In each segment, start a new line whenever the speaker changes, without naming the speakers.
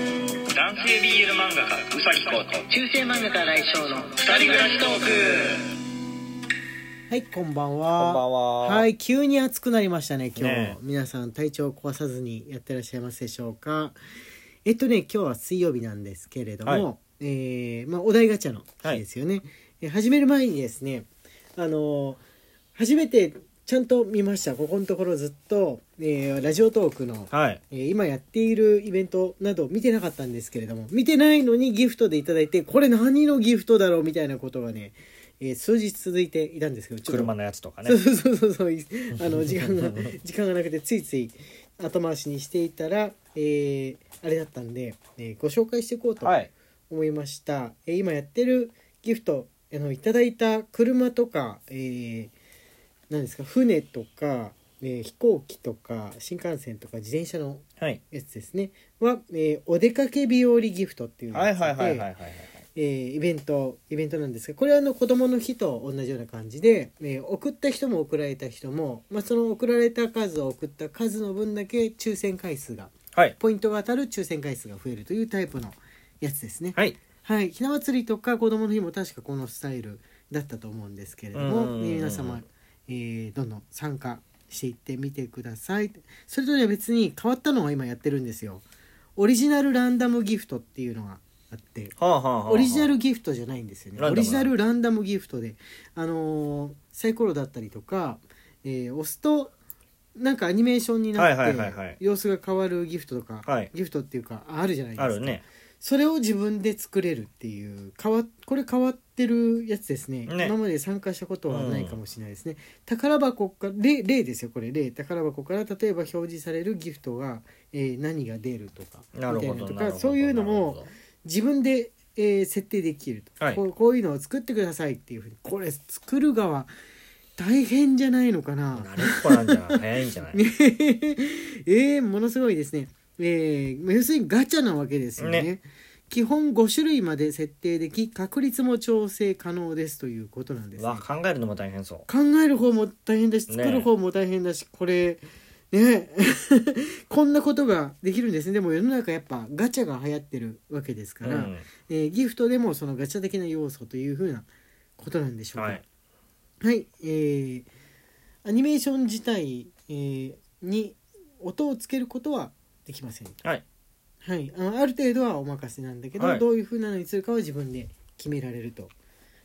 男性 BL 漫画家うさぎこと
中世漫画家来翔の
二人暮らしトーク
はいこんばん
こ
は
んばんは。
は。い急に暑くなりましたね今日、
ね
皆さん体調を壊さずにやってらっしゃいますでしょうかえっとね今日は水曜日なんですけれども、
はい
えーまあ、お題ガチャの日ですよね、え始める前にですねあのー初めてちゃんと見ましたここのところずっと、えーラジオトークの
はい。
えー今やっているイベントなど見てなかったんですけれども見てないのにギフトでいただいてこれ何のギフトだろうみたいなことがね、えー数日続いていたんですけどちょっと
車のやつとかね
そう。そうそうそうそうい あの時間が 時間がなくてついつい後回しにしていたら、えーあれだったんで、えーご紹介していこうと
はい。
思いました、えー今やってるギフトあのいただいた車とか、えー、何ですか船とか、えー飛行機とか新幹線とか自転車の
はい。
やつですねは、えーお出かけ日和ギフトっていうの
は
があ
い
って
はいはいはいはいはい。
えーイベントイベントなんですがこれはあの子どもの日と同じような感じで、えー送った人も送られた人も、まあ、その送られた数を送った数の分だけ抽選回数が
はい。
ポイントが当たる抽選回数が増えるというタイプのやつですね。
はい。
はい、ひな祭りとか子どもの日も確かこのスタイルだったと思うんですけれど
うんうん
も、
うん
えー皆様、えーどんどん参加していってみてくださいそれとね別に変わったのは今やってるんですよオリジナルランダムギフトっていうのがあって
はあはあはあはあ。
オリジナルギフトじゃないんですよね
ランダムな
オリジナルランダムギフトであのーサイコロだったりとか、えー押すとなんかアニメーションにな
は
っ
いはいはいは
て
い
様子が変わるギフトとか、
はい
ギフトっていうかあるじゃないですか
あるね。
それを自分で作れるっていう変わこれ変わってるやつですね
ね
今まで参加したことはないかもしれないですね、宝箱から例例ですよこれ例宝箱から例えば表示されるギフトが、えー何が出るとか
なるほ
み
ど。
たい
な
なとか
るほど
そういうの。
なるほ
も
ど
自分で、えー設定できると、
はい
こうこういうのを作ってくださいっていうふうにこれ作る側大変じゃないのかな
慣れっこなんじゃない早いんじゃない
えー、ものすごいですね。えー、まあ要するにガチャなわけですよね。
ね
基本5種類まで設定でき確率も調整可能ですということなんです、ね
わ、。考えるのも大変そ
考える方も大変だし
ね
作る方も大変だし、これね こんなことができるんですねでも世の中やっぱガチャが流行ってるわけです
う。
か
う
ら、
ん。
えーギフトでもそのガチャ的な要素というふうなことなんでしょうか。
はい。
はい、えーアニメーション自体、えーに音をつけることはできません。
はい。
はい、あのある程度はお任せなんだけど、
はい
どういう風なのにするかは自分で決められると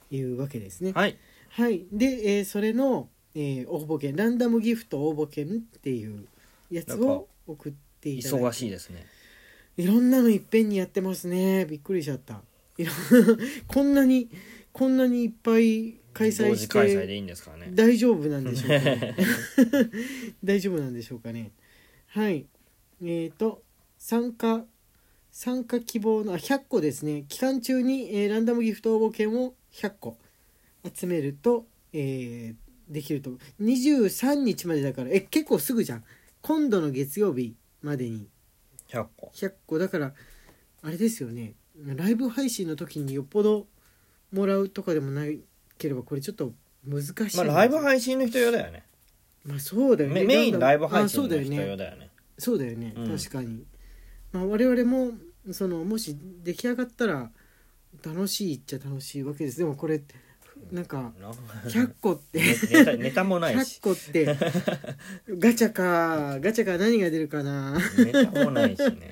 いうわけですね。はい、
はい。
で、えーそれの、えー応募券ランダムギフト応募券っていうやつ
なんか
を送っていただいて
忙しいですね。
いろんなのいっぺんにやってますねびっくりしちゃったいろんこんな にこんなにいっぱい開催
同
し
時開催で
て
いいんですからね。
大丈夫なんでしょうか ね大丈夫なんでしょうかねはいえー、と参加参加希望のあ100個ですね期間中に、えーランダムギフト応募券を100個集めると、えーできると23日までだからえ結構すぐじゃん今度の月曜日までに
100個。
100個だからあれですよねライブ配信の時によっぽどもらうとかでもなければこれちょっと難しい
まあ
な
ライブ配信の人用だよね。
まあそうだよ
メ
ね
メインライブ配
あ
信
そうだ
の
よ
人用
ね
だよね。
そうだよね、
うん
確かに、まあ、我々もそのもし出来上がったら楽しいっちゃ楽しいわけですでもこれなんか
な
100個って
ネタネタも ないし
100。個ってガチャかガチャか何が出るかな
ネタもないしね。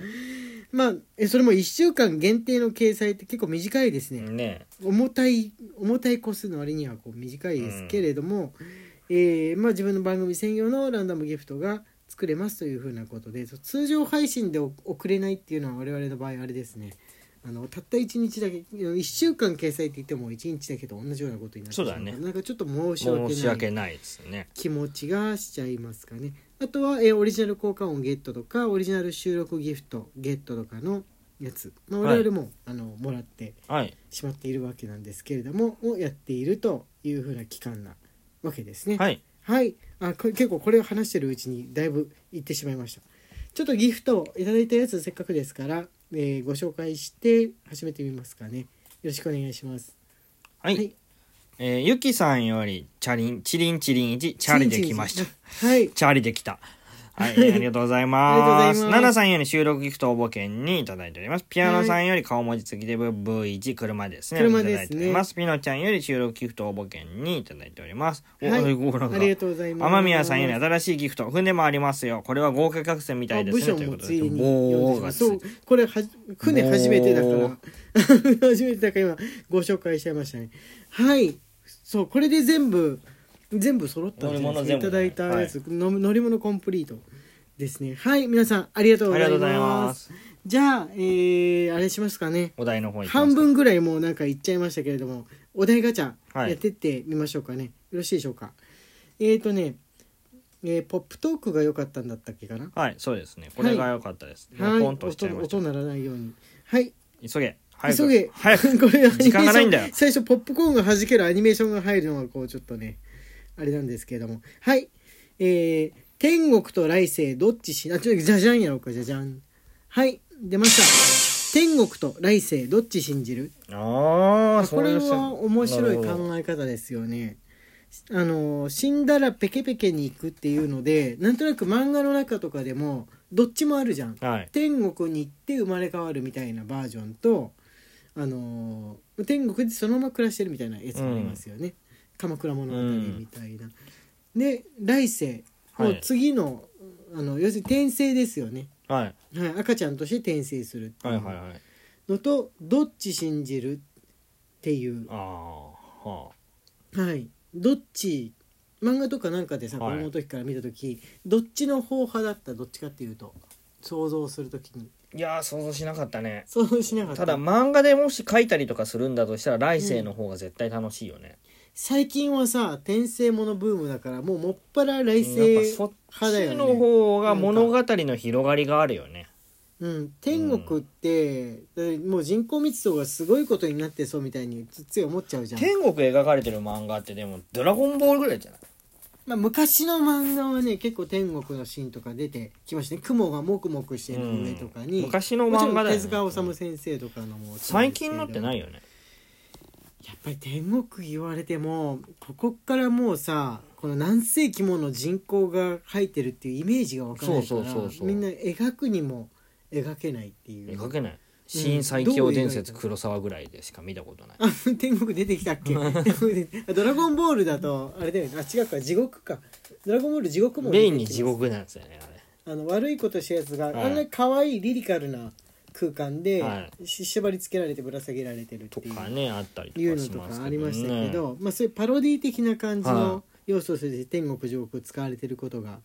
まあえそれも1週間限定の掲載って結構短いですね、
ね
重たい重たい個数の割にはこう短いですけれども、えーまあ、自分の番組専用のランダムギフトが作れますというふうなことでそう通常配信でお送れないっていうのは我々の場合あれですねあのたった1日だけ1週間掲載って言っても1日だけと同じようなことになってしま
そううだね
なんかちょっと申し訳ない
申し訳ないですね。
気持ちがしちゃいますかねあとは、えーオリジナル効果音ゲットとかオリジナル収録ギフトゲットとかのやつ、まあ、
はい
我々も、あのもらって
はい。
しまっているわけなんですけれどもをやっているというふうな期間なわけですね。、
はいい。
あこれ結構これを話してるうちにだいぶ行ってしまいました。ちょっとギフトいただいたやつせっかくですから、えーご紹介して始めてみますかね。よろしくお願いします。
はい。
はい
えーゆきさんより、チャリン、チリンチリン1、チャリできました。
はい。
チャリできた。 はい、ありがとうございま
ありがとうござい
す。
ます
ナナさんより収録ギフト応募券にいただいております。ピアノさんより顔文字付きでブブイチ車ですね。
車
いた
ですね
だいております。ピノちゃんより収録ギフト応募券にいただいております。お
はい
おなんか
ありがとうございます
雨宮さんより新しいギフト踏んでもありますよ。これは豪華客船みた
あ
いです
部
ね。
署
という
も
こと
つ
で
いに
おーがつい
そ
て
うこれはじ船初めてだか
お
ら初めてだから今ご紹介しちゃいましたねはいそうこれで全部全部揃ったんです
乗り物
ね
全
い
部
ただいたやつ、の乗り物コンプリートですねはい皆さんありがとうござい
ありがとうござい
ま
ますす
じゃあえー、あれしますかね
お題の方行きますか
半分ぐらいもうなんか言っちゃいましたけれどもお題ガチャ
はい
やってってみましょうかね、よろしいでしょうかえーとね、えーポップトークが良かったんだったっけかな
はい、そうですね。これが良かったです。も
は
う
い
ポンとしちゃい
音
ました
音。鳴らないようにはい
急げ。早く
急げ
早 く。
これアニメーション
時間がないんだよ
最初ポップコーンが弾けるアニメーションが入るのがこうちょっとねあれなんですけれどもはいえー、天国と来世どっちしあちょっとじゃじゃんやろうかじゃじゃんはい出ました天国と来世どっち信じる
ああ、そ
こ
うい
れ
う線
は面白い
なるほど
考え方ですよね。あの死んだらペケペケに行くっていうのでなんとなく漫画の中とかでもどっちもあるじゃん。
はい。
天国に行って生まれ変わるみたいなバージョンと、あの天国でそのまま暮らしてるみたいなやつもありますよね。鎌倉物語みたいな。で来世もう次の,、あの要するに転生ですよね、
はい。
はい、赤ちゃんとして転生するってい
は
う
いはいはい。
のとどっち信じるっていう
ああ、は
はい、どっち漫画とかなんかでさ子
はい
供の時から見た時、どっちの方派だったどっちかっていうと想像する時に
あ。いやー、想像しなかったね。
想像しなかった
ただ漫画でもし書いたりとかするんだとしたら来世の方が絶対楽しいよね。
最近はさ転生ものブームだからもうもっぱら
う
来
ん
世
やっぱそっ
派だよ
ち
ね
の方が物語の広がりがあるよね。
うん、天国って、だからもう人口密度がすごいことになってそうみたいにつつい思っちゃうじゃん、
天国描かれてる漫画ってでも「ドラゴンボール」ぐらいじゃない
まあ、昔の漫画はね結構天国のシーンとか出てきましたね雲がもくもくしてる上とかに、
うん昔の漫画だよね
もちろん手塚治虫先生とかのも
最近のって
い
ないよね。
やっぱり天国言われてもここからもうさこの何世紀もの人口が入ってるっていうイメージがわからないから
そうそうそうそう
みんな描くにも描けないっていう
描けない。新最強伝説黒沢ぐらいでしか見たことない。
あ天国出てきた っけ天国出てドラゴンボールだとあれだよねあ違うか地獄かドラゴンボール地獄も出てき
メイ
ます
ンに地獄なんですよねあれ。
あの悪いことしたやつが、
はい
あんな可愛いリリカルな空間で、
は
し縛り付けられてぶら下げられてるって
と
いう
かねあったりと
いう
か
の
し
と
ますけど、ね。
かありましたけど、まあ、そういうパロディ的な感じ
は
の要素として天国上空使われてることが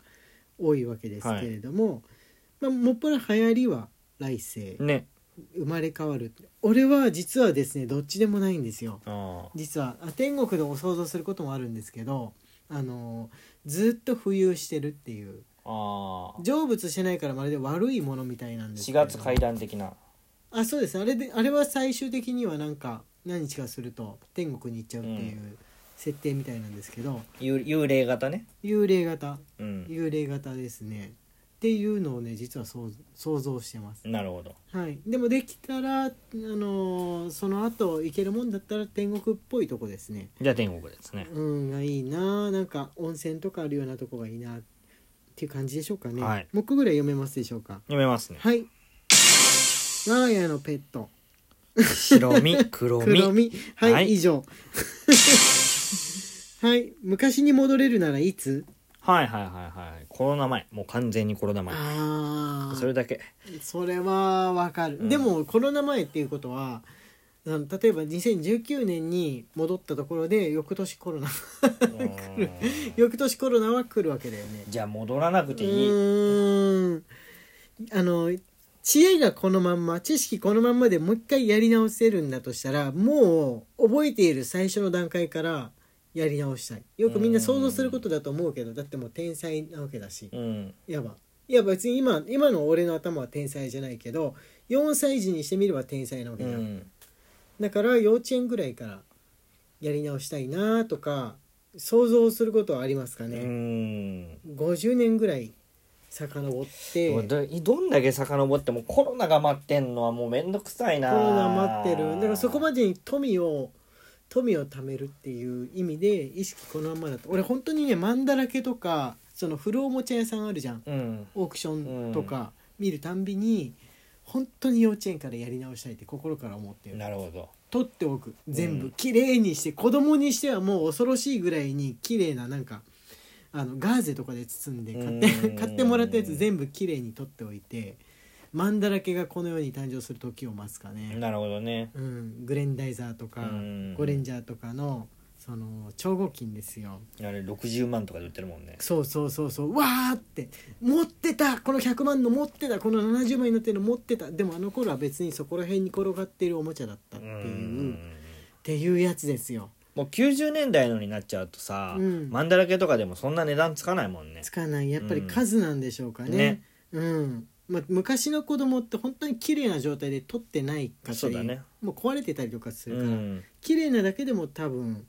多いわけですけれども、まあ、もっぱら流行りは来世
ね。
生まれ変わる俺は実はですねどっちでもないんですよ
ああ。
実はあ天国でお想像することもあるんですけどあのずっと浮遊してるっていう
ああ。
成仏してないからまるで悪いものみたいなんです
4
けれど
月階段的な。
あそうですあれであれは最終的にはなんか何日かすると天国に行っちゃうっていうう設定みたいなんですけど、
幽幽霊型ね。
幽霊型
うん。
幽霊型ですねっていうのをね実は想想像してます、
なるほど。
はい、でもできたら、あのーその後行けるもんだったら天国っぽいとこですね
じゃあ天国ですね。
うんがいいななんか温泉とかあるようなとこがいいなっていう感じでしょうかね、
はい
もう一個ぐらい読めますでしょうか
読めま すね。
はい我が家のペット
白身、黒身。
黒みはい、
はい
以上 はい昔に戻れるならいつ
はいはいはいはい。コロナ前。もう完全にコロナ前。
ああ
それ だけ。
それはわかる、
うん
でもコロナ前っていうことはあの例えば2019年に戻ったところで翌年コロナ
うん
翌年コロナは来るわけだよね
じゃあ戻らなく
う
ていい。
ーんあの知恵がこのまんま知識このまんまでもう一回やり直せるんだとしたらもう覚えている最初の段階からやり直したいよくみんな想像することだと思うけどだってもう天才なわけだし
うん。
いわばいや別に今今の俺の頭は天才じゃないけど4歳児にしてみれば天才なわけ
う
だ、
ん。
だから幼稚園ぐらいからやり直したいなとか想像することはありますか
う
ね、
ん。
50年ぐらい遡って
もう
コ
どどんだけ遡ってもコロナが待ってんのはもうめんどくさいな
ロナ待ってるだからそこま
で
でに富を富を貯めるっていう意味で意識このまんまだと俺本当にねマンだらけとかその古おもちゃ屋さんあるじゃん
うん
オークションとか見るたんびに本当に幼稚園からやり直したいって心から思ってる
なるほど
取っておく全
う
部
ん
綺麗にして子供にしてはもう恐ろしいぐらいに綺麗ななんかあのガーゼとかで包んで買って
う ん
買ってもらったやつ全部綺麗に取っておいてマンダラケがこの世に誕生する時を待つかね、
なるほどね
うん、グレンダイザーとか
うん
ゴレンジャーとかのその超合金ですよ
あれ60万とかで売ってるもんね
そうそうそうそうわーって持ってたこの100万の持ってたこの70万になってるの持ってたでもあの頃は別にそこら辺に転がっているおもちゃだったっ
う
ていう。
ん
っていうやつですよ
もう90年代のになっちゃうとさ、
うん
マンダラケとかでもそんな値段つかないもんね
つかないやっぱり数なんでしょうかね,、うんまあ、昔の子供って本当に綺麗な状態で撮ってないかった
そう
り
だね
もう壊れてたりとかする
う
から、
ん
綺麗なだけでも多分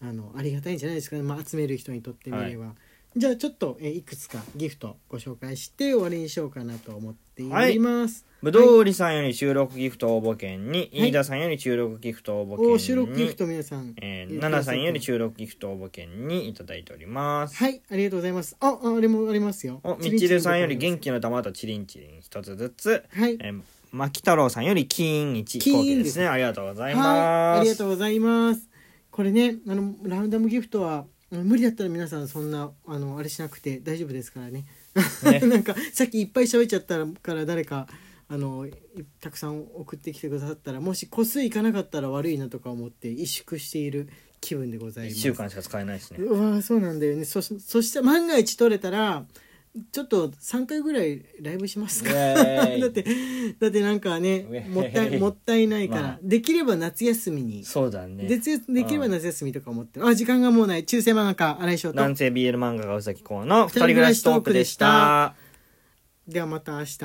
あのありがたいんじゃないですかね、まあ、集める人にとってみれば、じゃあちょっとえいくつかギフトご紹介して終わりにしようかなと思っております、
ぶどう売りさんより収録ギフト応募券に、
はい
飯田さんより収録ギフト応募券に
お収録ギフト皆さん、
えー、ナナさんより収録ギフト応募券にいただいております。
はいありがとうございますあああれもありますよ
おみちるさんより元
気
気の玉とチリンチリン一つずつ、
はい
えー、牧太郎さんより金一
金
後期ですねありがとうございま
はい、
す。
ありがとうございます。これね、あのランダムギフトはあの無理だったら皆さんそんなあのあれしなくて大丈夫ですからね。
ね
なんかさっきいっぱい喋っちゃったから誰かあのいたくさん送ってきてくださったらもし個数いかなかったら悪いなとか思って萎縮している気分でございま
1
す。
週間しか使えないしね。
うわーそうなんだよね。そしそして万が一取れたらちょっと3回ぐらいライブしますか。
イエー イ
だってだってなんか
うえ
ね
ー
もったいもったいないから、
まあ
できれば夏休みに、
そうだね
で。つできれば夏休みとか思ってるあ時間がもうない中世漫画家新井翔
男
と
性 BL 漫画がうさきこうの二
人
人
暮
暮
ら
ら
し
し
ト
ト
ー
ー
ク
ク
で
で
し
したた。
ではまた明日。